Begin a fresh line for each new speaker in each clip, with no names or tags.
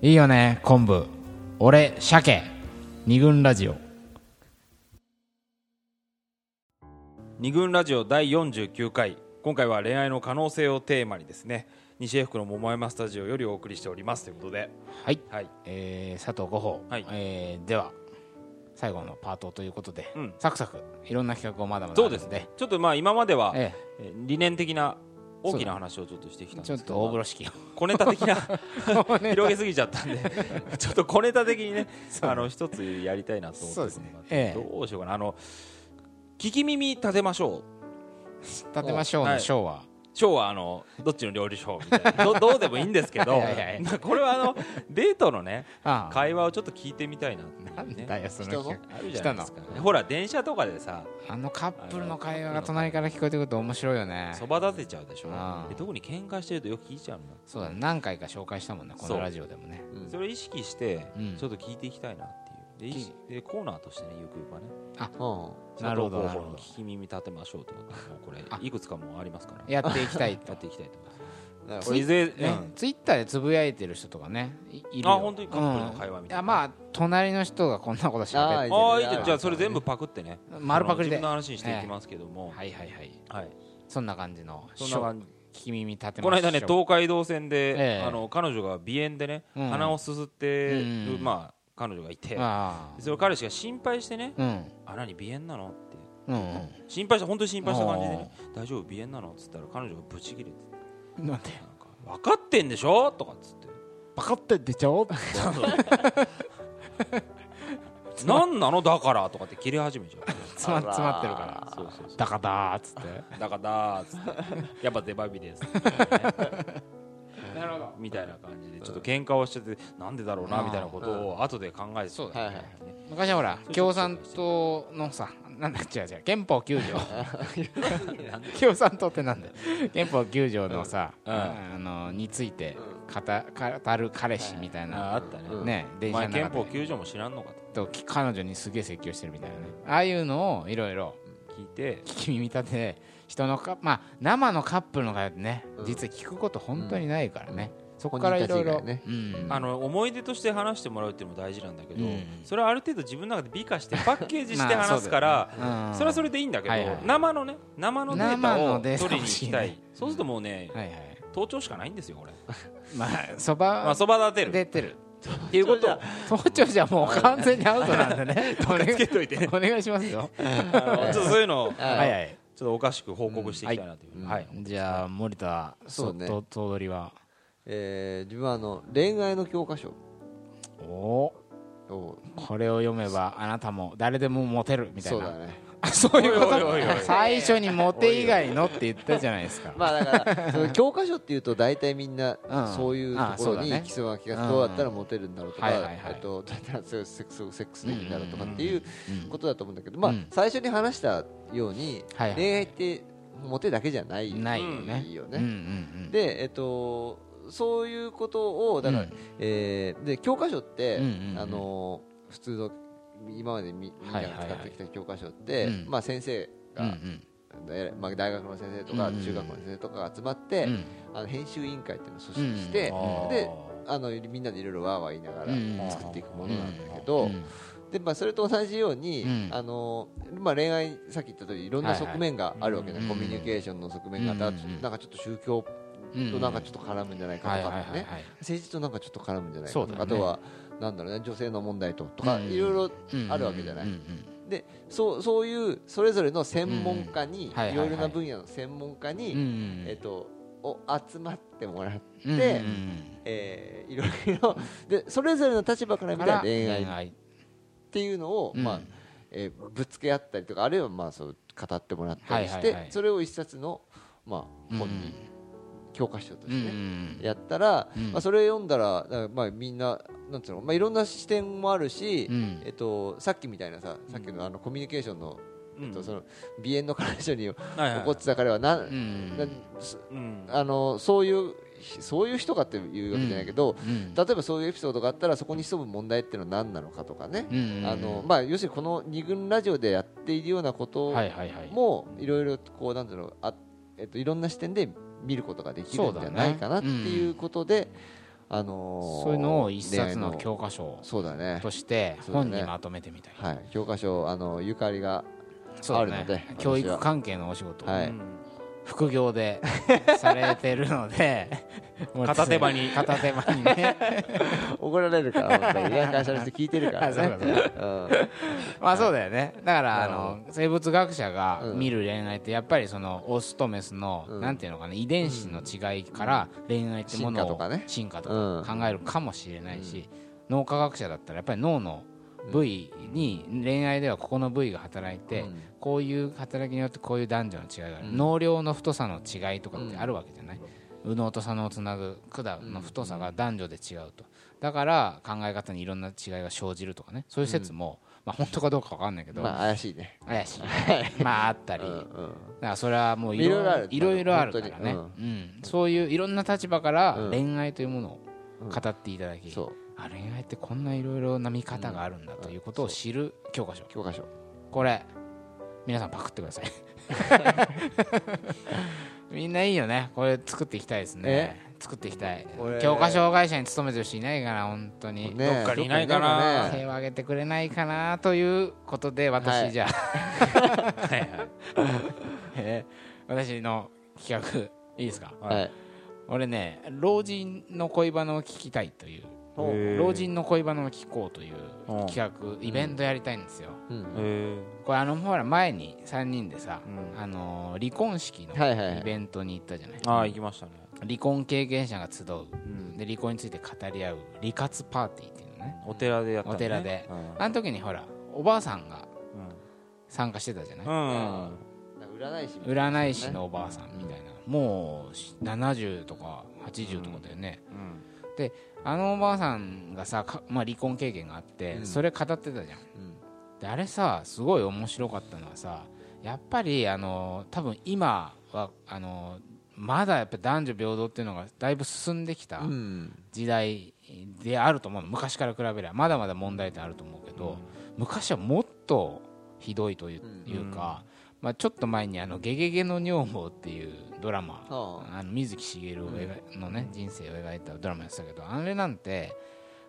いいよね昆布俺鮭二軍ラジオ
二軍ラジオ第49回今回は恋愛の可能性をテーマにですね西江福の桃山スタジオよりお送りしておりますということで
はい、
はい
えー佐藤五宝、
はい
えーでは最後のパートということで、
うん
サクサクいろんな企画をまだまだ
そ
あ
う
る
で
ん
すねちょっとまあ今までは、
え
えー理念的な大
そう
き
だ
な話をちょっとしてきた
え
ん
ち
で
ょっ
すけど
と大風呂敷を
小ネタ的な 広げすぎち ゃったんでちょっと小ネタ的にねあの一つやりたいなと思って
そう
るのがあって
ですねええ
どうしようかなあの聞き耳立てましょう
立てましょう
は
の
い
ショーは、
賞はあのどっちの料理賞みたいなどどうでもいいんですけど
いやいやいや
まあこれはあのデートのね
ああ
会話をちょっと聞いてみたいなっていうね
なんだよその
人の
企
あるじゃない
来たの
ですかほら電車とかでさ
画あのカップルの会話が隣から聞こえてくると面白いよね
そば立てちゃうでしょ
ああ
で特に喧嘩してるとよく聞いちゃうのよ
そうだね何回か紹介したもんねこ
そ
の
う
ラジオでもね
うん
それを意識して
うん
ちょっと聞いていきたいなっていうでいしでコーナーとしてねゆくゆくはね
うん
なるほど
佐
なる
藤候補
ほ
の
ど
聞き耳立てましょうってことでもうこれ
あ
いくつかもうありますからや
やっていきたいと
っていきたいと思います
だから
これいずれ
ね
ね
ツイッターでつぶやいてる人とかねいいるよ
あ本当にカップルの会話みたいな
うんあまあ隣の人がこんなことしゃ
あ
べっ
い
て
い
ああいい
い
じ
いじ
ゃ
ゃ
ん
ん
じゃあそれ全部パクってね
丸パクリで
あの自分の話にしていきますけども
はいはいはい
はい
そんな感じの
そんな感じ
聞き耳立てましょう
この間ね東海道線
え
で
え
あの彼女が鼻炎でね
うん
鼻をすすってる
うん
まあ彼女がいて
あ
それを彼氏が心配してね
あうん
「あ何鼻炎なの?」って
うんうん
心配した本当に心配した感じでね「大丈夫鼻炎なの?」っつったら彼女がブチ切れて
なんで
なんか「分かってんでしょ?」とかっつって
バカって出ちゃおう
「何なのだから」とかって切れ始めちゃう
詰ま詰まってるから
そうそうそう
だかだーっつって
だからっつって やっぱ出ばびです
なるほど
みたいな感じでちょっと喧嘩をしててなんでだろうなみたいなことを後で考えて
そう
だね
昔はほら
そう
共産党のさなんだ違う違う憲法9条共産党ってなんだよ憲法9条のさ、
うん
あのについて語語る彼氏みたい
ああ
な、
ったね
うん
ね
お
電車
前
の中
憲
で
法9条も知らんのか
と彼女にすげえ説教してるみたいなねああいうのをいろいろ
と聞いて
聞き耳立てで人のかまあ生のカップルの会話ってね、
うん
実は聞くこと本当にないからね、そこからいろいろ
本人たち以外ね
うん
あの思い出として話してもらうっていうのも大事なんだけど
うん
それはある程度自分の中で美化してパッケージして
まあ
話すから
そうだよねうん
それはそれでいいんだけど
はいはい
生のね生のデー
生
タを
のデータ
取りに行きた
欲
いそうするともうね
はいはい
盗聴しかないんですよこれ
まあそば、
まあそば立てる
出てる
っていうことを
総長じゃもう完全にアウトなんでねお願い
つけといてね
お願いし ますよ
あのちょっとそういうのをちょ
は
はいいはい
っとおかしく報告していきたいなというふうに
うん
はい
じゃあ森田
そうね
と頭取は
えー自分はあの恋愛の教科書
おお
を
これを読めばあなたも誰でもモテるみたい
そうだ
な
ね
あそういうこと
おいおいおいおい
最初にモテ以外のって言ったじゃないですか
まあだからその教科書っていうと大体みんな
うん
そういうと
あ
こ
そう
ろ
だ
に
ね
行きそうな気が
うん
どうやったらモテるんだろうとか
はいはいはい
えっとどうやったらセックスセックスできるんだろうとかっていう
うん
ことだと思うんだけどまあ
うん
最初に話したように
はいはい
恋愛ってモテだけじゃない
ないよね
いいよね
うんうんうん
でえっとそういうことをだから
うん
えーで教科書って、
うんうんうん
あのー普通の今までみみんなが使ってきた教科書って、
はいはいはいうん
まあ、先生
う
が、
んうん
えまあ、大学の先生と
う
か
んうん
中学の先生とかが集まって、
うん
あの編集委員会っていうのを組織して、
あー
であのみんなでいろいろわーわー言いなが
うんうん
ら作っていくものなんだけ
う
ど、
ん
でまあ、それと同じように、
うん
あのーまあ、恋愛さっき言った通りいろんな側面があるわけね、
はいはい
コミュニケーションの側面があった、
うんうんうん
なんかちょっと宗教となんかちょっと絡むんじゃないかとかね、
はいはいはいはい
政治となんかちょっと絡むんじゃないか
そ
と
うだ
か、
よね
あとはなんだろうね女性の問題ととか、
うん
いろい
うんうん
ろあるわけじゃない、
うんうん
でそうそういうそれぞれの専門家に、
うんはいはい
い
は
ろ
い
いろな分野の専門家に、
うんうん
えっとを集まってもらって、
うんうんうん
えーいろいろでそれぞれの立場から見た恋愛っ
愛
ていうのを、
うん
まあえーぶつけ合ったりとかあるいはまあそう語ってもらったりして、
はいはいはい
それを一冊の、まあ、本に、
うん
教科書として
う
ね、
んうん
やったら、
うん
まあ、それ読んだらだからまあみんななんつうの、まあ、いろんな視点もあるし、
うん
えっと、さっきみたいなささっきのあのコミュニケーションの,、
うん
えっと、その鼻炎の彼女に
はいはい
怒ってた彼はな、
ん
な
うん
あのそういうそういう人かっていうわけじゃないけど、
うん
例えばそういうエピソードがあったらそこに潜む問題っていうのは何なのかとかね、
うん
あのまあ、要するにこの二軍ラジオでやっているようなこと
はいはいはい
もいろいろこうなんだろうあえっといろんな視点で見ることができるんじゃないかなっていうことで、あのー
そういうのを一冊の
恋愛
教科書
そうだね
として
そうだ
本
ね
にまとめてみたい
はい教科書あのゆかりが
そうだ
あるので
ね教
私
育
は
関係のお仕事を
はい
副業でされてるので もう
片手間に
片手間にね
怒られるから本当にね会社の人聞いてるから
あそうかそう
ねうん
まあそうだよねだからあ
なる
の生物学者が
うん
見る恋愛ってやっぱりそのオスとメスの
うん
なんていうのかな遺伝子の違いから恋愛ってもの
進化とか
を
ね
進化とか考えるかもしれないし脳科学者だったらやっぱり脳の部位に恋愛ではここの部位が働いて
うん
こういう働きによってこういう男女の違いがある、
うん
能量の太さの違いとかってあるわけじゃない、右脳と左脳をつなぐ管の太さが男女で違うとだから考え方にいろんな違いが生じるとかねそういう説も、まあ本当かどうかわかんないけど、
まあ怪しいね
怪しいまああったり、
うんう
だか
ん
らそれはもういろ
いろいろある
いろいろあるからね、
本
うんそういういろんな立場から
うん
恋愛というものを
うん
語っていただき、
そう
あ恋愛ってこんないろいろな見方があるんだということを知る教科書
教科書
これ皆さんパクってく ださいみんないいよねこれ作っていきたいですね作っていきたい
これ
教科書会社に勤めてる人いないかな本当に、
ね
どっかにいないかな
どっかにい
手
い
を挙げてくれないかなということで私、
はい
じゃあ、
はいはい
えー私の企画いいですか
かねはい
俺ね老人の恋バナを聞きたいという
ほう
へー
老人の恋バナを聞こうという
うん
企画イベントやりたいんですよ、
うん
え
これあのほら前に3人でさ、
うん
あのー離婚式の
はいはいはい
イベントに行ったじゃない、
ー、ああ行きましたね、
離婚経験者が集う、
ん
で離婚について語り合う離活パーティーっていうのね
お寺でやった、ね、
お寺で
うん
あの時にほらおばあさんが参加してたじゃない、
うん、うん
占い師みたいな
占い師のおばあさんみたいな、もうし70とか80とかだよね、あのおばあさんがさ、かまあ、離婚経験があって、
うん
それ語ってたじゃんであれさすごい面白かったのはさやっぱりあの多分今はあのまだやっぱ男女平等っていうのがだいぶ進んできた
うんうん
時代であると思うの昔から比べればまだまだ問題点あると思うけど、昔はもっとひどいという,、
うん
か、まあ、ちょっと前にあの「ゲゲゲの女房」っていうドラマ、
はあ
あの水木しげるを描いのね、人生を描いたドラマやってたけどあれなんて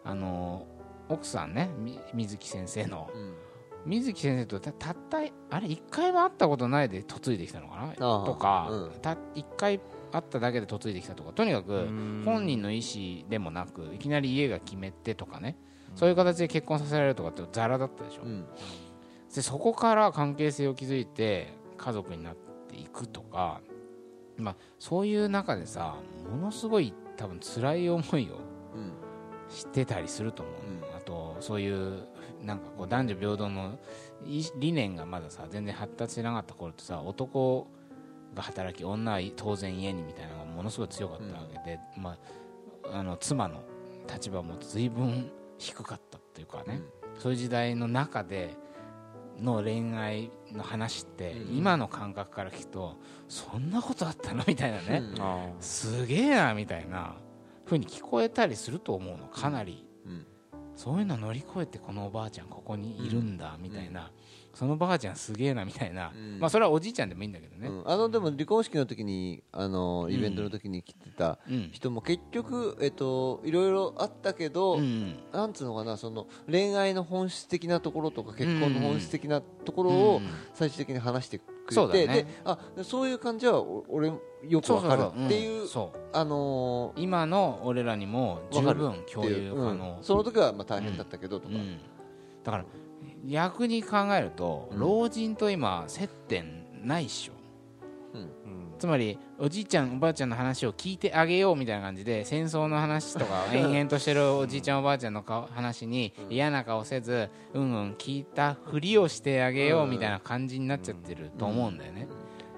あの奥さんねみ水木先生の
うん
水木先生とたたったあれ1回は会ったことないで嫁いできたのか
あ
な
あ
とか、
うん
た1回会っただけで嫁いできたとかとにかく本人の意思でもなくいきなり家が決めてとかねそういう形で結婚させられるとかってザラだったでしょ、
うん
でそこから関係性を築いて家族になっていくとか、まあ、そういう中でさものすごい多分辛い思いを
うん
してたりすると思う、
う
あとそういうなんかこう男女平等のい理念がまださ全然発達してなかった頃ってさ男が働き女は当然家にみたいなのがものすごい強かったわけで、まあ、あの妻の立場も随分低かったっていうかね、そういう時代の中での恋愛の話って、
うん
今の感覚から聞くとそんなことあったのみたいなね、
うん
ああ
すげえなみたいな風に聞こえたりすると思うのかなり、
うん
そういうの乗り越えてこのおばあちゃんここにいるんだみたいな、そのばあちゃんすげえなみたいな、
うん
まあそれはおじいちゃんでもいいんだけどね、
うんあのでも離婚式の時にあのイベントの時に来てた
うん
人も結局えっといろいろあったけど、
うん
なんつうのかなその恋愛の本質的なところとか結婚の本質的なところ
う
を
ん
最終的に話してくれて、
そうだね
であそういう感じはお俺よく
そう
わ
そう
かる
そう
っていうん
そう
あの
今の俺らにも十
わか
分
ーっ
共
てい
有
う
可
うん
能、
その時はまあ大変だったけどと
う
か、
んだから逆に考えると、
うん
老人と今接点ないっしょ
うん
つまりおじいちゃんおばあちゃんの話を聞いてあげようみたいな感じで戦争の話とか延々としてるおじいちゃんおばあちゃんの顔話に嫌な顔せずうんうん聞いたふりをしてあげようみたいな感じになっちゃってると思うんだよね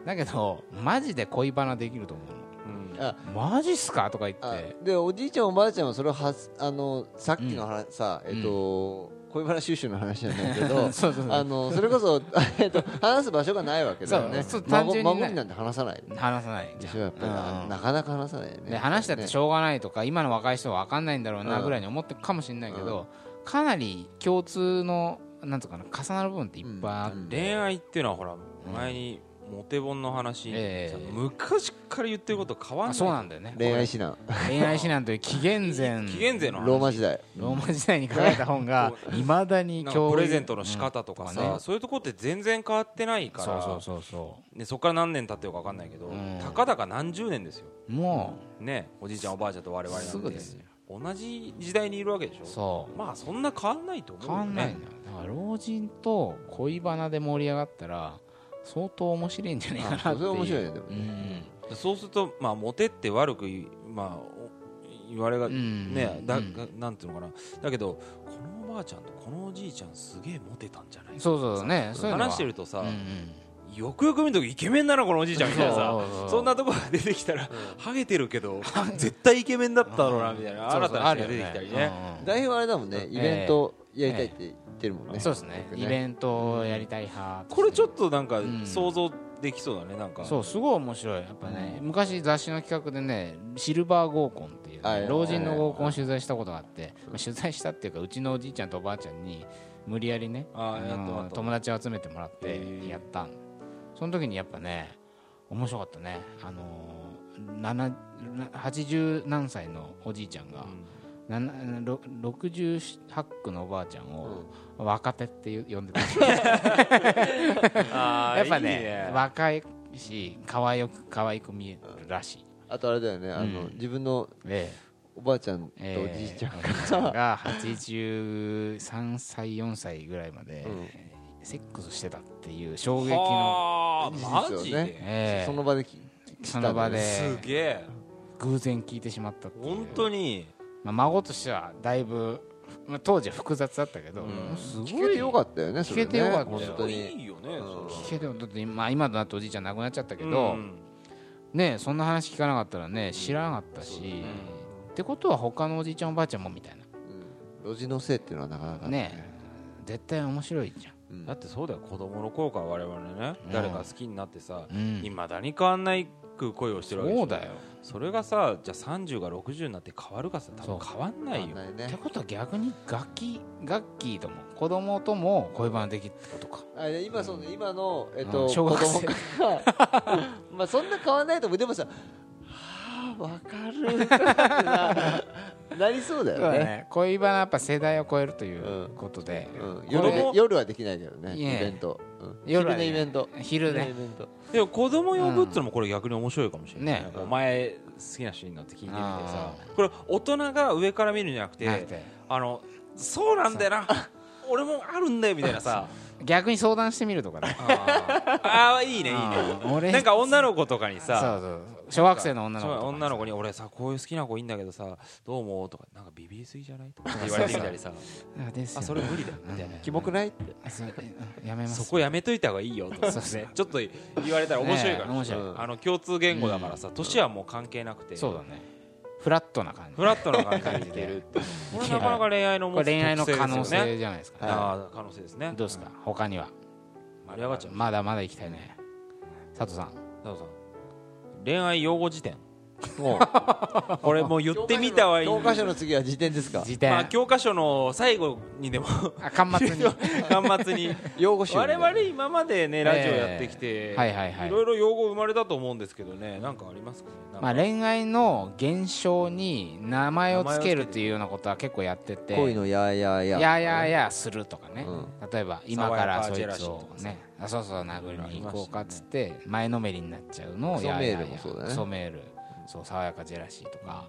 だけどマジで恋バナできると思
うん
あ
うのマジっすかとか言っ
あ
て
でおじいちゃんおばあちゃんはそれをはすあのさっきの話、さえっと、恋バナ収集の話じゃ ないけど
そうそうそう
あのそれこそ、 えっと、話す場所がないわけだよね
そうそう単
孫
純にね
孫になんて話さない
話さない
で
じゃ
しょやっぱり
う
なんなかなか話さないよ
ん
ね
で話したってしょうがないとか今の若い人は分かんないんだろうな
うん
ぐらいに思ってるかもしれないけどかなり共通のなんつうかな重なる部分っていっぱいあって
うん
恋愛っていうのはほら前にモテ本の話、
ええ
昔から言ってること変わんな
あ
い
そうなんだよね
恋愛指南
恋愛指南という紀元前
紀元前の話
ローマ時代
ローマ時代に書かれた本 がいまだに
なんか
教育
プレゼントの仕方とかさ、
うん
そういうとこって全然変わってないから
そうそうそうそ
ね、そこから何年経ってるか分かんないけど、
うん
たかだか何十年ですよ
うも
ねおじいちゃんおばあちゃんと我々な
す
ん
ぐ
て
ですよ
同じ時代にいるわけでしょ
うそう
まあそんな変わんないと思う
変わんない
ね
んだよだから老人と恋バナで盛り上がったら相当面白いんじゃないかなってい
あ
う
それ面白いねでも
うん
そうするとまあモテって悪く言いまあお言われが、
うん
ねだ、
うん
がなんていうのかなだけどこのおばあちゃんとこのおじいちゃんすげえモテたんじゃない
そうそうねそういうのは
話してるとさ、
うん うん
よくよく見るとイケメンだなこのおじいちゃんみたいなさ
そうそうそう
そんなとこが出てきたら、ハゲてるけど絶対イケメンだっただろうなみたいな
そう
新
そう
たな
あ
人
る
が
よ
出てきたりね
うんうん
代表はあれだもんねイベントやりたいって言ってるもんね
そうですねイベントをやりたい派
これちょっとなんか
ん
想像できそうだねなんか
そうすごい面白いやっぱね昔雑誌の企画でねシルバー合コンっていう
は
ね
い
老人の合コンを取材したことがあってまあ取材したっていうかうちのおじいちゃんとおばあちゃんに無理やりね
あー
あの
やっとやっと
友達を集めてもらって
へえ
やったんその時にやっぱね面白かったねあのー7 80何歳のおじいちゃんが7ろ68区のおばあちゃんを若手って呼んでた
あー
やっぱね
いい
若いし可愛く可愛く見えるらしい、
あとあれだよねあ
う
の
ん
自分の
え
おばあちゃんと
え
おじいちゃん
ええおじいちゃんが83歳4歳ぐらいまで、
うん
セックスしてたっていう衝撃の、
はあマジ
事実をね
で
ええ
その場でき
その場です
げえ
偶然聞いてしまったっていう
本当に
まあ、孫としてはだいぶ、まあ、当時は複雑だったけど、
うん
すごい
聞けてよかったよねそれね
聞けてよかったよ
本当に
いいよねそれ
聞けてよかっただって今今となっておじいちゃん亡くなっちゃったけ
は
ど、
うん
ねえそんな話聞かなかったらね知らなかったし、ってことは他のおじいちゃんおばあちゃんもみたいな
路地のせいっていうのはなかなか
ねえ絶対面白いじゃん、
うん
だってそうだよ子供の頃から我々ね
うん
誰か好きになってさ
うん
いまだに変わんないく恋をしてるわけでしょ
そうだよ
それがさじゃあ30が60になって変わるかさ多分
そう
変わんないよ
ない
って
ね
ことは逆に楽器楽器とも子供とも恋バナできるってことか
あいや今そうね今のえっ
う
と
ん小学生
子供が まあそんな変わらないと思うでもさはあわかる ってななりそうだよね
恋バナはやっぱ世代を超えるという
う
ことで、
うん
子供
夜夜はできないけどねイ
ねえ
ベントうん
夜
昼
はね
のイベント
昼ね
昼のイベント
でも子供呼ぶってのもこれ逆に面白いかもしれない、
ね
お前好きな人になって聞いてみてさ
あ
これ大人が上から見るんじゃなくて
なくて
あのそうなんだよな俺もあるんだよみたい なさ
逆に相談してみるとかね
ああいいねいいね
うん俺
なんか女の子とかに
そう
さ
そう小学生の女の子
そう
とか
女の子に俺さこういう好きな子いいんだけどさどう思うとかなんかビビりすぎじゃないとか言われてみたりさ
あですよ
あそれ無理だよみたいな
キモくないって
あそううんやめます
そこやめといた方がいいよとか
そうそう
ねちょっと言われたら面白いか
ねえ
ら
面白い、
うん
あの共通言語だからさ年はもう関係なくて
そうだねフラットな感じ
フラットな感じでいけるっていうこれなかなか恋愛の
こ
持
れ
つ
恋愛の
特
可
性で
能
すよね
性じゃないですか、ね
ああ可能性ですね
どうですか他には
盛り上がっちゃう
まだまだ行きたいね佐藤さん
佐藤さん恋愛用語辞典これもう言ってみたはいい
教科書の次は辞典ですか
辞典、
まあ教科書の最後にでも
あ巻末に
端末に
用語集
我々今までねラジオやってきて
はいはいはい
いろいろ用語生まれたと思うんですけどねなんかありますかねな
ま
んか
あ、恋愛の現象に名前をつけるっていうようなことは結構やってて
恋のやーやーや
ややややするとかね、
う
例えば今からそい
爽やかジェラ
つ
シー
を
とかさ
ねあそうそう殴りに行こうかっつって前のめりになっちゃうのを
クソ
ややや
メールもそうだね
クソメールそう爽やかジェラシーとか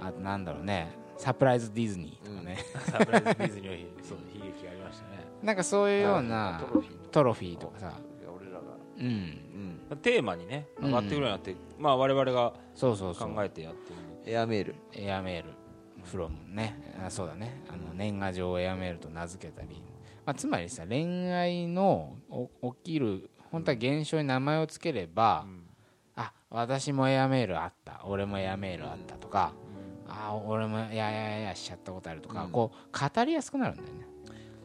うん
あとなんだろうねサプライズディズニーとかね、
サプライズディズニーの日 そう悲劇がありましたね
なんかそういうような
トロフィー
トロフィーとかさ
俺らが
うん
うん
テーマにね上がってくるようになってまあ我々が
そうそうそう
考えてやってるんで
エアメール
エアメールフロムねあそうだねあの年賀状をエアメールと名付けたり、まあ、つまりさ恋愛のお起きる本当は現象に名前を付ければ、あ私もエアメールあった俺もエアメールあったとか、あ俺もいやいやいやしちゃったことあるとか、こう語りやすくなるんだよね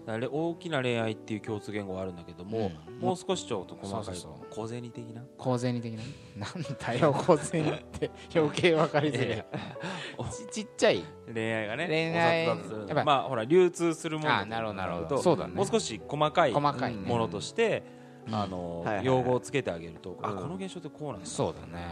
だから大きな恋愛っていう共通言語はあるんだけども、もう少しちょっと細かい
そうそう
小銭的な
公然に的 ななんだよ公然にって余計分かりづらいちちっちゃい
恋愛がね
恋愛
お札だとするの
やっぱ
まあほら流通するもの
あなるほどなるほどそうだね
もう少し細かい
細かいね
ものとして、あの
はいはいはい
用語をつけてあげると、
うん
あこの現象ってこうなんだ
そうだね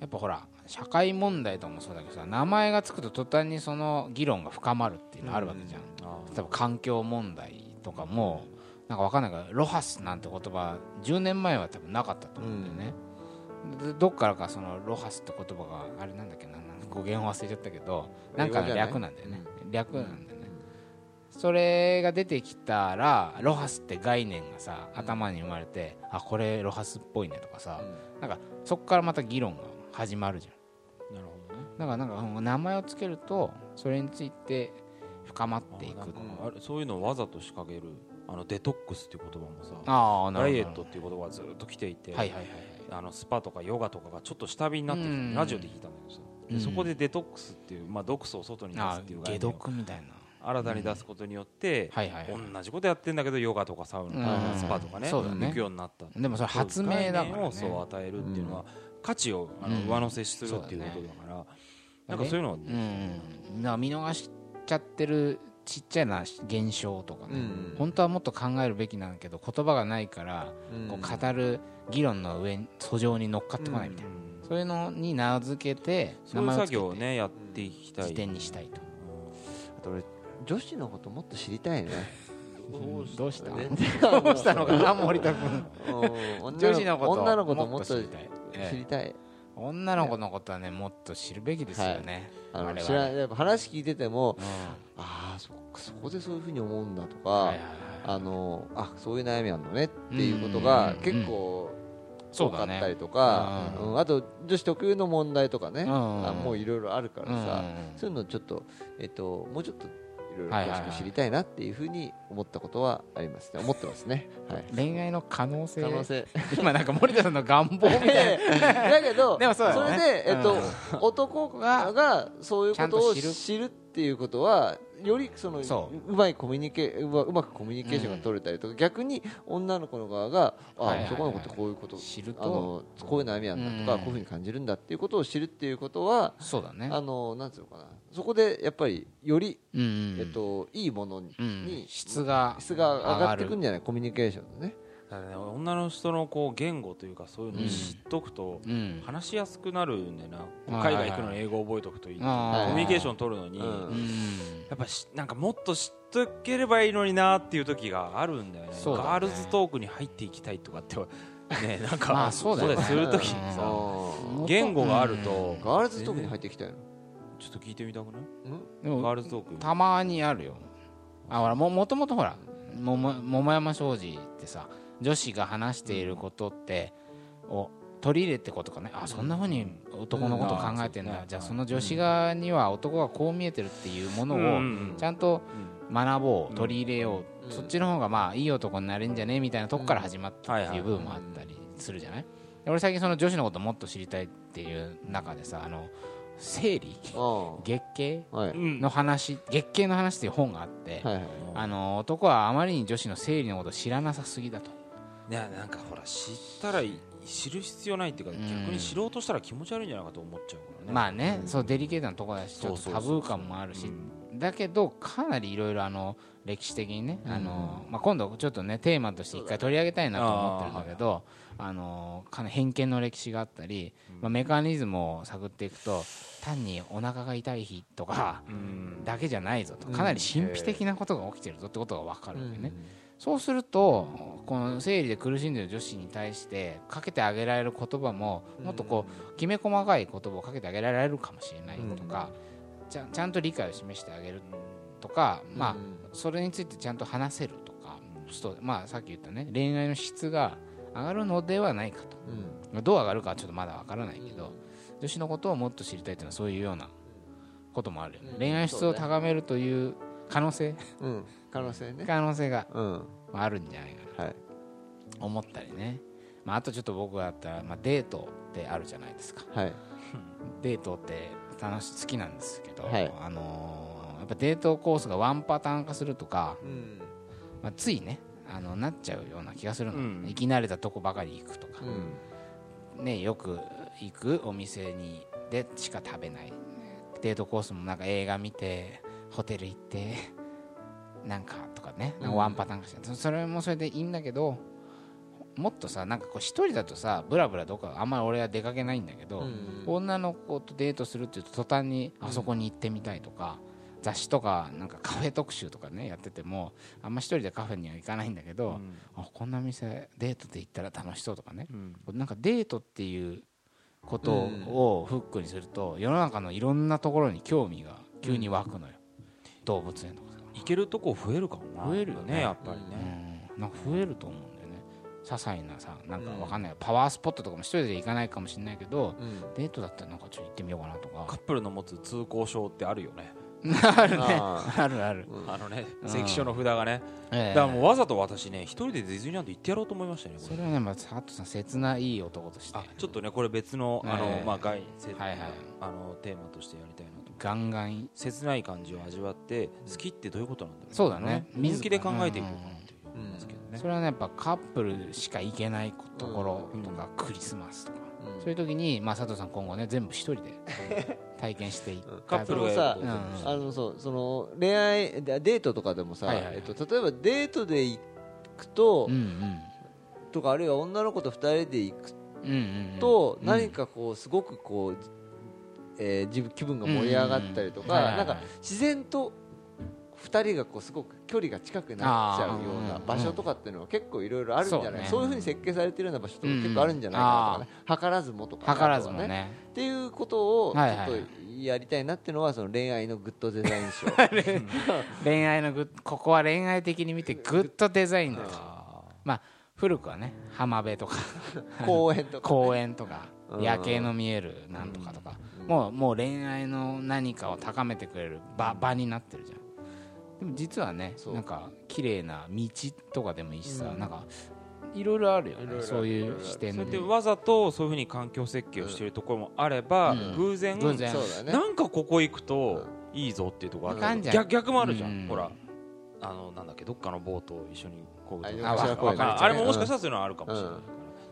やっぱほら社会問題とかもそうだけどさ名前がつくと途端にその議論が深まるっていうのあるわけじゃん、
あー
例えば環境問題とかもなんかわかんないからロハスなんて言葉10年前は多分なかったと思うんだよね、でどっからかそのロハスって言葉があれなんだっけななんか語源を忘れちゃったけどなんかの略なんだよね略なんだよねそれが出てきたらロハスって概念がさ頭に生まれてあこれロハスっぽいねとかさなんかそこからまた議論が始まるじゃん
なるほどね
だからなんかうん名前をつけるとそれについて深まってい
あ
く
ーなんかあれそういうのをわざと仕掛けるあのデトックスっていう言葉もさ
ああな
ダ
るほ
イ
ど
エットっていう言葉がずっと来ていて、
はいはいはいはい
あのスパとかヨガとかがちょっと下火になってき
う
て、
ん
ラジオで聞いたんだけどさで
うん
そこでデトックスっていう、まあ、毒素を外に出す
あ
っていう
解
概念を
毒みたいな
新たに出すことによって、
はいはいはい
同じことやってんだけどヨガとかサウナとか、
うん
スパとかね
そうだね
行くようになった
でもそれ発明だから、
概
ね、
念をそう与えるっていうのは、価値をあの
うん
上乗せするっていうことだから、なんかそういうのは
うんうん、なんか見逃しちゃってるちっちゃな現象とかね、
うん
本当はもっと考えるべきなんだけど言葉がないから、こう語る議論の上に訴状に乗っかってこないみたいな、そういうのに名付けて
そ
名
ういう
前を
作
つけ
業を
て
ねやっていきたい
辞典にしたいと、
あと俺女子のこともっと知りたいね
うんどうした
ね
どうしたのかな森田君
うん
女子のこと
女のこともっと
知
知
りたい、ええ
りたい
女の子のことはねもっと知るべきですよね、
あ
我
の
々
知らないやっぱ話聞いてても
うん
ああそっかそこでそういうふうに思うんだとか、
はいはいはい
あのあそういう悩みあるのねっていうことが
うん
結構
そ
多
う
か
だ
った
ね
りとか、
う
うんんあと女子特有の問題とかね、
うん
あもういろいろあるからさ、
うん
そういうのちょっと,、えっともうちょっといろいろ
はいはいはい
詳しく知りたいなっていうふうに思ったことはありますね思ってますね、はい、
恋愛の可能性
可能性
今なんか森田さんの願望み たいな
だけど
でもそうだ
そ
ね
れで、えっと
うん
男ががそういうことを
ちゃんと知る
知るっていうことはよりその
そう
まいコミュニケうまうまくコミュニケーションが取れたりとか、逆に女の子の側があ、
はいはいはい
男の子ってこういうこと
知る
あ
と
のこういう悩みなんだとか、
うん
こういうふうに感じるんだっていうことを知るっていうことは、
そうだね
あのなんていうのかなそこでやっぱりより、
うんうん
えっと、いいものに,、
うん
に
質が
質が上がってく
上
んじゃないコミュニケーションのね。
だからね女の人のこう言語というかそういうのを知っとくと、
るうん
話しやすくなるんだよな、
うん
海外行くのに英語覚えとくといいっていう、
あ
ー
コミュニケーション取るのに、
うん
うん
やっぱしなんかもっと知っとければいいのになっていう時があるんだよね
そうだね
ガールズトークに入っていきたいとかっ てねなんか、
まあそうだよね
する時に
あ
さ
ー
言語があると
ガールズ特に入ってきたよ、
ちょっと聞いてみたくない
で
ガ
も
ールズトーク
たまにあるよあほらももともとほらもも桃山商事ってさ女子が話していることってを取り入れてことかねあそんなふうに男のこと考えてん
うんあ
だ
ー
じゃあ
そう
その女子側には男がこう見えてるっていうもの
うんう
を
ん
ちゃんと
うん
学ぼう取り入れよう、
うん
そっちの方がまあいい男になれんじゃねえみたいなとこから始まった
うん
っ
は
て
い
い
は
う
い
部分もあったりするじゃない、で俺最近その女子のこともっと知りたいっていう中でさあの生理
う
月経
んはい
うん
の話月経の話っていう本があって、
はいはい
あの男はあまりに女子の生理のことを知らなさすぎだと
いやなんかほら知ったらい知る必要ないっていうか、
うん
逆に知ろうとしたら気持ち悪いんじゃないかと思っちゃうからね
まあね、そうデリケートなとこだしちょっと
そうそ
タ
うそ
ブ
う
ー感もあるし
うん
だけどかなりいろいろあの歴史的にね、あのまあ、今度ちょっとねテーマとして一回取り上げたいなと思ってるんだけどあのかなり偏見の歴史があったり、まあ、メカニズムを探っていくと単にお腹が痛い日とか
うん
だけじゃないぞとかなり神秘的なことが起きてるぞってことが分かるわけね。
うん
そうするとこの生理で苦しんでる女子に対してかけてあげられる言葉ももっとこうきめ細かい言葉をかけてあげられるかもしれないとか、ちゃんちゃんと理解を示してあげるとか、まあそれについてちゃんと話せるとかそうまあさっき言ったね恋愛の質が上がるのではないかと
うん
どう上がるかはちょっとまだわからないけど、女子のことをもっと知りたいというのはそういうようなこともあるよね、
うん
恋愛の質を高めるという可能性、
うん可能性ね
可能性が
うんは
あるんじゃないかない思ったりね、まあ、あとちょっと僕だったら、まあ、デートってあるじゃないですか
はい
デートって楽し好きなんですけど、
はい
あのーやっぱデートコースがワンパターン化するとか、
うん
まあ、ついねあのなっちゃうような気がするの、
うん
生き慣れたとこばかり行くとか、
うん
ね、よく行くお店にでしか食べないデートコースもなんか映画見てホテル行ってなんかとかねなんかワンパターン化して、そそれもそれでいいんだけどもっとさなんかこう一人だとさブラブラどっかあんまり俺は出かけないんだけど、
うん
女の子とデートするっていうと途端にあそこに行ってみたいとか、雑誌とかなんかカフェ特集とかねやっててもあんま一人でカフェには行かないんだけど、あこんな店デートで行ったら楽しそうとかねなんかデートっていうことをフックにすると、世の中のいろんなところに興味が急に湧くのよ、動物園とかさ
行けるとこ増えるかもな
増えるよね
やっぱりね、
うんなんか増えると思うんだよね些細なさなんかわかんない、パワースポットとかも一人で行かないかもしれないけど
うん
デートだったらなんかちょっと行ってみようかなと
カッ
か
プルの持つ通行証ってあるよね、
あるね
あ
あるある、
あのね
うん
関所の札がね、
ええ
だからもうわざと私ね一人でディズニーランド行ってやろうと思いましたねこ
そ
れ
れはねまあハットさん切ないい男として
あちょっとねこれ別のあの、
ええ
まあ外せ
はいはい
あのテーマとしてやりたいなと
ガンガン
切ない感じを味わって好きってどういうことなんだろう
そうだね
本気で考えていこうかなっていう
うん
思いますけどね、
それはねやっぱカップルしか行けないところとか、クリスマスとか、
うん
そういう時に、まあ、佐藤さん今後ね全部一人 で体験していった
うん
カップルがやること
うん
あのそうその恋愛デデートとかでもさ、
はいはいはい
えっと、例えばデートで行くと、
うんうん
とかあるいは女の子と二人で行く
うんうんうん
と、
うん
何かこうすごくこう、えー自分気分が盛り上がったりと
うんうんうんは
か、
いはい
な
は
ん
い
か自然と二人がこうすごく距離が近くなっちゃうよう
あ
な
ー
場所とかっていうのは結構いろいろあるんじゃない、
そうね
そういうふうに設計されてるような場所とか結構あるんじゃないかなとかね、図らずもとかね、
図らずも
あとは
ね
っていうことをちょ
はい
っ
はい
とやりたいなっていうのはその恋愛のグッドデザイン賞
恋愛のグッここは恋愛的に見てグッドデザインだと
あ
まあ古くはね浜辺 とか
公演とか
公園とか
うん
夜景の見えるなんとかとかもうもう恋愛の何かを高めてくれる場場になってるじゃんでも実はね
そう
なんか綺麗な道とかでもいいしさ、
うん
なんかいろいろあるよ
いろいろあ
ね
る
そういう視
ー
点
そうやっ
で
てわざとそういうふうに環境設計をしているところもあれば、
うん
偶然
偶然
そうだね
なんかここ行くといいぞっていうところ
わ
あ
か
る
んじゃん
逆逆もあるじゃん、
うん
ほらあのなんだっけどっかのボートを一緒にこう
あ
あわ
わかんない
わ
あ
かんない
れももしかしたらそういうのはあるかもしれない、
うん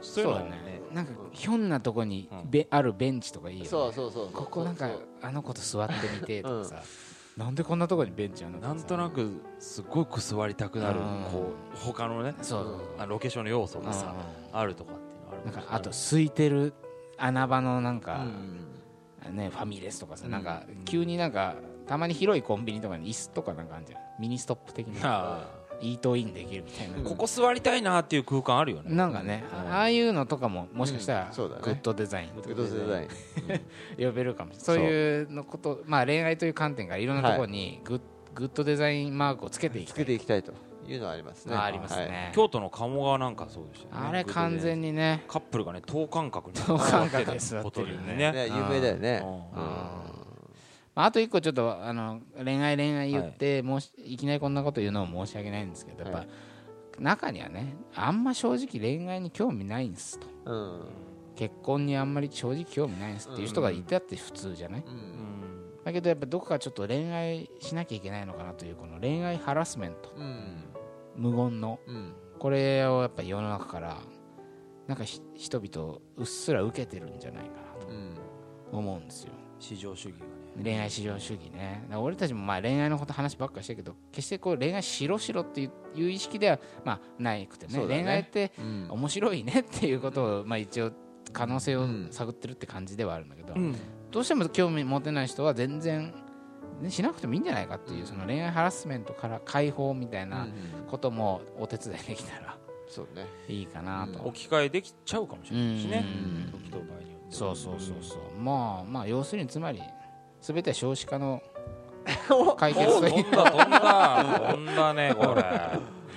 そういうのもね
なんかひょんなとこに
うん
べ、あるベンチとかいいよね
そうそうそう
ここなんか
そう
あの子と座ってみてとかさ、なんでこんなとこにベンチあるのか
な
さ
んとなくすごく座りたくなる
うん
こう他のね
そうそう
あロケーションの要素が
そう
さあるとかっていうのある
なん
もしれ
か
ない
あと空いてる穴場のなん
う
か、
ん
ねファミレスとかさ、
うん
なんか急になんかたまに広いコンビニとかに椅子とかなんかあるじゃんミニストップ的な
あ
イートインできるみたいな、
ーここ座りたいなっていう空間あるよね
なんかね、
うん
あああいうのとかももしかした
う
ら
ん
グ
そうだね
ッドデザイン
グ
と
ッドデザイン
呼べるかもしれないそういうのことまあ恋愛という観点からいろんなところにグッ,、グッドデザインマークをつけていき
つ
た
け
い
ていきたいというのはありますね
あありますね、
はい
京都の鴨川なんかそうでしたよね
あれ完全にね
カップルがね等間隔に
等間隔で座ってるよね
ことに
ね有名だよね
うん
まああと一個ちょっとあの恋愛恋愛言って、もうしいきなりこんなこと言うのも申し訳ないんですけどやっぱ、
はい
中にはねあんま正直恋愛に興味ないんですと
うん
結婚にあんまり正直興味ないんですっていう人がいたって普通じゃない、
うん
うん
だけどやっぱどこかちょっと恋愛しなきゃいけないのかなというこの恋愛ハラスメント
うん
無言の
うん
これをやっぱ世の中からなんかひ人々うっすら受けてるんじゃないかな
うん
と思うんですよ
至上主義がね
恋愛至上主義ねだから俺たちもまあ恋愛のこと話ばっかりしてるけど決してこう恋愛しろしろっていういう意識ではまあないくてね
そうだね
恋愛って
うん
面白いねっていうことをまあ一応可能性を
うん
探ってるって感じではあるんだけど、
うん
どうしても興味持てない人は全然、ね、しなくてもいいんじゃないかっていううんその恋愛ハラスメントから解放みたいな
うん
こともお手伝いできたら
そうね
いいかなと、
置き換えできちゃうかもしれないしね
う
時と場合によって
そうそうそうそうまあまあ要するにつまり全ては少子化 の解決
お
とい
飛
うん
だ飛んだ飛ん だねこれ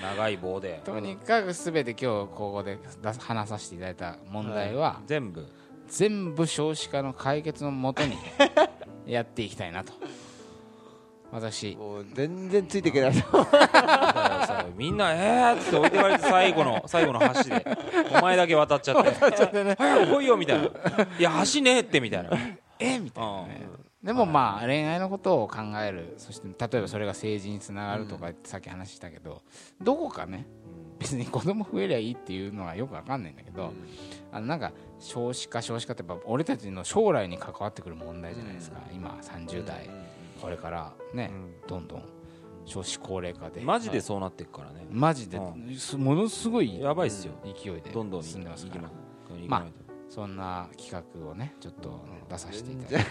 長い棒で
とにかく全て今日ここで出す話させていただいた問題は
全部
全部少子化の解決のもとにやっていきたい なと私
もう全然ついていけない
さみんなえーって置いてかれて最後の最後の橋でお前だけ渡っちゃって早く来いよ みたいないや橋ねえってみたいな
えみたいなねでもまあ恋愛のことを考えるそして例えばそれが政治につながるとかってさっき話したけどどこかね別に子供増えりゃいいっていうのはよくわかんないんだけどあのなんか少子化少子化ってやっぱ俺たちの将来に関わってくる問題じゃないですか今30代これからねどんどん少子高齢化で
マジでそうなっていくからね、
マジで、
う
すものすごい
やばいっすよ、
勢いで
どんどん
進んでます
い
か
き
ら
まいき
まあ
ま
そんな企画をねちょっと出させていただい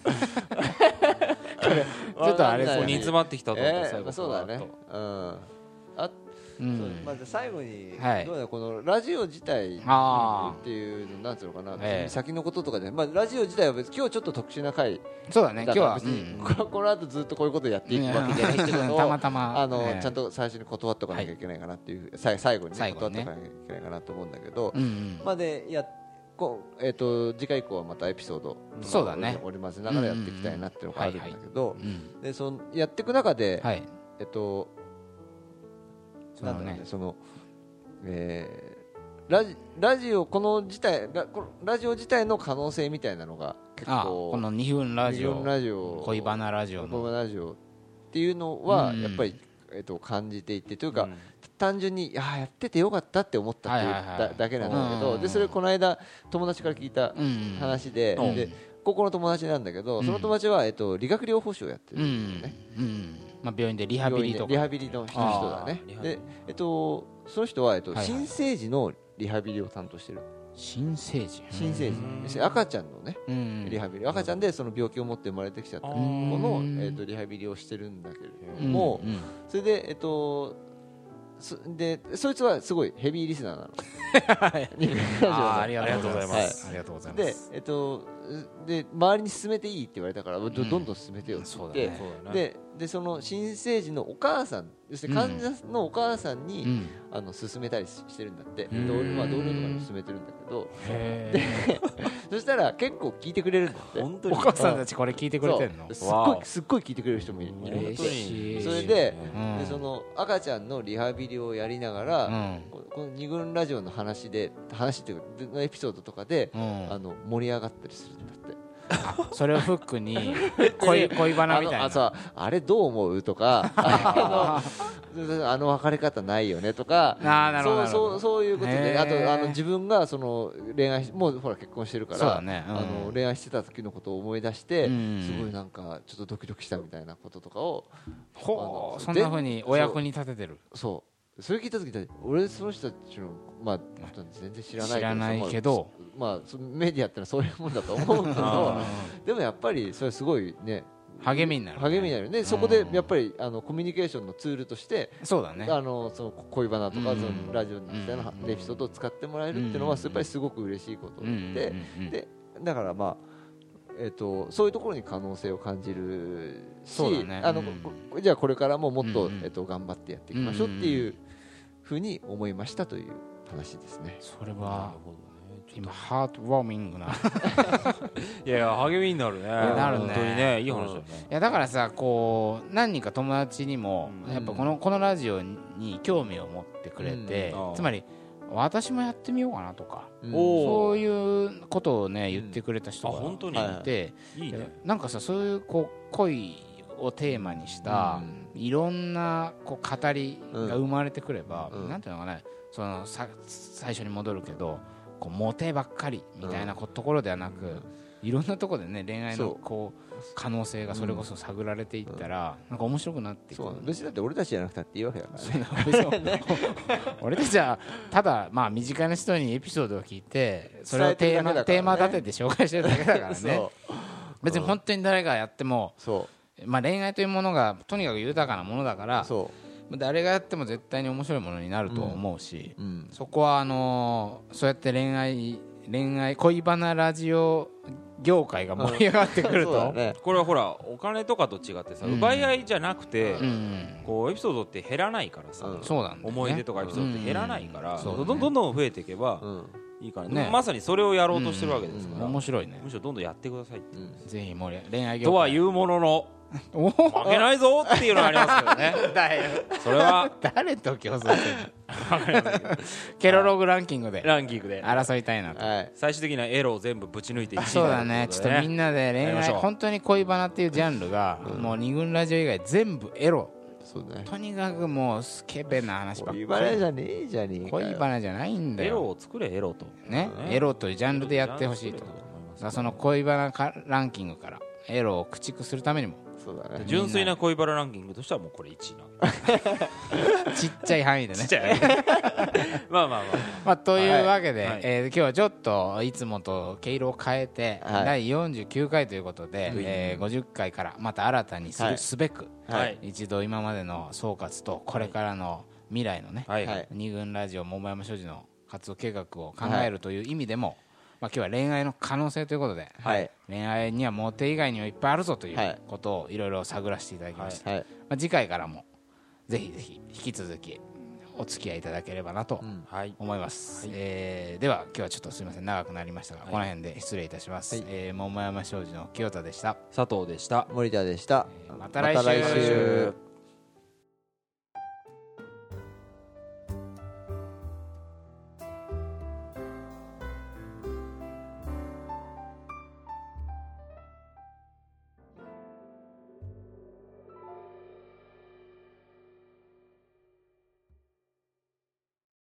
て
ち
ょっとあれ
こ
そ
こ
う
に煮詰まってきたと思って
え
最
ー
後
まあ、そうだね
ふわっ
うんあ
う
そうまあ
ん
じゃあ最後に、
はい
どうだろうこのラジオ自体
あー
っていうのなんつうのかな、
ええ
先のこととかじゃない、まあ、ラジオ自体は別に今日ちょっと特殊な回
そうだね
だ
今日
から
は、
別
う
に
ん
ここの後ずっとこういうことやっていくわけじゃないってこと
う
を
んたまたま
あ の
ええ
ちゃんと最初に断っておかなきゃいけないかなっていう、さい最後に、ね、
最後
断っ
に
て
ね
おかなきゃいけないかなと思うんだけど、
うんうん
まあでいやこうえっ、と次回以降はまたエピソード
そうだね
織り交ぜながらやっていきたいなっていうのがあるんだけど、
うん
でそのやっていく中で、
はい
えっと
そ
な
の
んだろうね
ね
その、えーラジラジオこの自体ラこのラジオ自体の可能性みたいなのが結
あ
構
この2分ラジ
自分
オ
ラジオ
恋バナラジオ
恋
の
バナラジオっていうのは
うん
やっぱり、えっと感じていてという
と
か、
うん
単純にあーやっててよかったって思ったっていう
はいはいはい
だだけなんだけど、
うん
でそれこの間友達から聞いた
うん
話で,、
うん
で高校の友達なんだけど、
うん
その友達は、えっと理学療法士をやって
う
る
んうん
だよね、
うんまあ、病院でリハビリとか
リハビリの人だね
あーリハビリ
で、えっと、その人は、えっと
はいはい
新生児のリハビリを担当してる
新生児
新生児
うん
要するに赤ちゃんのね
うん
リハビリ赤ちゃんでその病気を持って生まれてきちゃった子の
うん、
えっとリハビリをしてるんだけれど
うん
も、
うん
それでえっとそでそいつはすごいヘビーリスナーなの
あ
リハビリラジオの
ーありがとうございます、
は
あり
い
がとうございます
で、えっと、で周りに進めていいって言われたからど
うん
どんどん進めてよって
そ
言
う
っ
だ
て、
ね
そうだよね
ででその新生児のお母さん要するに患者のお母さんに、
うん、
あの勧めたりししてるんだって
ーん
同,、まあ、同僚とかにも勧めてるんだけど
へ
そしたら結構聞いてくれるんだって
本当
ー
に
お母さんたちこれ聞いてくれてんの
そうすっ
わ
ごい
あ
すっごい聞いてくれる人もいいる
嬉しい
それで,、
うん
でその赤ちゃんのリハビリをやりながら、
うん
ここの二軍ラジオの話で話っていうかでのエピソードとかで、
うん
あの盛り上がったりするんだって。
それをフックに恋恋バナ
あ
みたい
の
な
あさあれどう思う とかあのあの別れ方ないよねとか
あーなるほどなるほ
そ
ど
うそうそういうこと
へ
で
ー
あとあの自分がその恋愛しもうほら結婚してるから
そうだねうん
あの恋愛してた時のことを思い出して、
うん
すごいなんかちょっとドキドキしたみたいなこととかを
ほ
あの
うそんなふうにお役に立ててる
そうそれ聞いた時だって俺その人たちの、まあ、全然知らないけど
知らないけど
そのまあ、そのメディアってのはそういうもんだと思うけ どでもやっぱりそれすごいね
励みになるね
励みになるよね、そこでやっぱりあのコミュニケーションのツールとして、
そうだね
あのその恋バナとか、
うん
そのラジオみたいな
うん
エピソードを使ってもらえるっていうの
う
は、
ん
やっぱりすごく嬉しいこと
う
で、
んうん
でだからまあ。えっとそういうところに可能性を感じるし、
そうだね
あの
うん
ここじゃあこれからももっと、
うんうん
えっと頑張ってやっていきましょうっていうふうに思いましたという話ですね。
それ
な
は
るほどねちょ
今ハートウォーミングない
いやいや励みになるね
なるね
本当にねいい話だね
やだからさこう何人か友達にも
うん
やっぱこのこのラジオに興味を持ってくれて
うんああ
つまり私もやってみようかなとか
うん
おー
そういうことをね言ってくれた人
あ
が
本当に
はい
いて
いいね
なんかさそういうこう恋をテーマにした、いろんなこう語りが生まれてくれば、
うん
なんていうのかなそのさ最初に戻るけどこうモテばっかりみたいなこ、ところではなく、いろんなところでね恋愛
そ
の
う
こう可能性がそれこそ探られていったら、なんか面白くなっていく
そう別にだって俺たちじゃなくたっていいわけだからね。
別に俺たちはただまあ身近な人にエピソードを聞いてそれをテーマ,、
伝えて
テー
るだけだか
マ
らね
立てて紹介してるだけだからね
そう
別に本当に誰がやっても
そ
まあ、恋愛というものがとにかく豊かなものだから
うそ
誰がやっても絶対に面白いものになると思うし、
う、うん、
そこはあのーそうやって恋愛恋愛恋バナラジオ業界が盛り上がってくる
そうだ
と、
ね
これはほらお金とかと違ってさ
うん
奪い合いじゃなくて
うん、
こうエピソードって減らないからさ
うん
そうなんだよね、
思い出とかエピソードって減らないから
うんそうだ
ど
ね
んどんどん増えていけば
うん
いいから
ね
ねまさにそれをやろうとしてるわけですから
面白いね
むしろどんどんやってくださいって
うん
ぜひ盛り恋愛業界
とは言うものの
お
負けないぞっていうのはありますけどねそれは
誰と競争する ケロログランキングで
ランキングで
争いたいなと
はい
最終的なエロを全部ぶち抜いて1位
そうだねちょっとみん
な
なで恋
やりま
愛
しょう
本当に恋バナっていうジャンルが、もう二軍ラジオ以外全部エロ
そうだね
とにかくもうスケベな話ばっ
恋
か
バナ
り
じゃねえじゃねえかよ
恋バナじゃないんだ
エロ
よ
を作れエロと
ねエロというジャンルでやってほしいとだ
ジ
か
ャンルを作れと思います
らその恋バナかランキングからエロを駆逐するためにも
そうだね
純粋な恋バラランキングとしてはもうこれ1位な
ちっちゃい範囲でね
ち っちゃい まあまあま
まあ、というわけで、
はいはい
えー今日はちょっといつもと毛色を変えて、
はい
第49回ということで、えー50回からまた新たにする、
はい
すべく、
あはい
一度今までの総括とこれからの未来のね、
はい
はい
二軍ラジオ桃山所持の活動計画を考えるという意味でも、まあ、今日は恋愛の可能性ということで
はい
恋愛にはモテ以外にもいっぱいあるぞとい
は
う
い
ことをいろいろ探らせていただきました、
はい
まあ、次回からもぜひぜひ引き続きお付き合いいただければなと
はい
思います、えーでは今日はちょっとすみません長くなりましたが、この辺で失礼いたします、
はい
えー桃山商事の清田でした、
佐藤でした
森田でした
また来週
また来週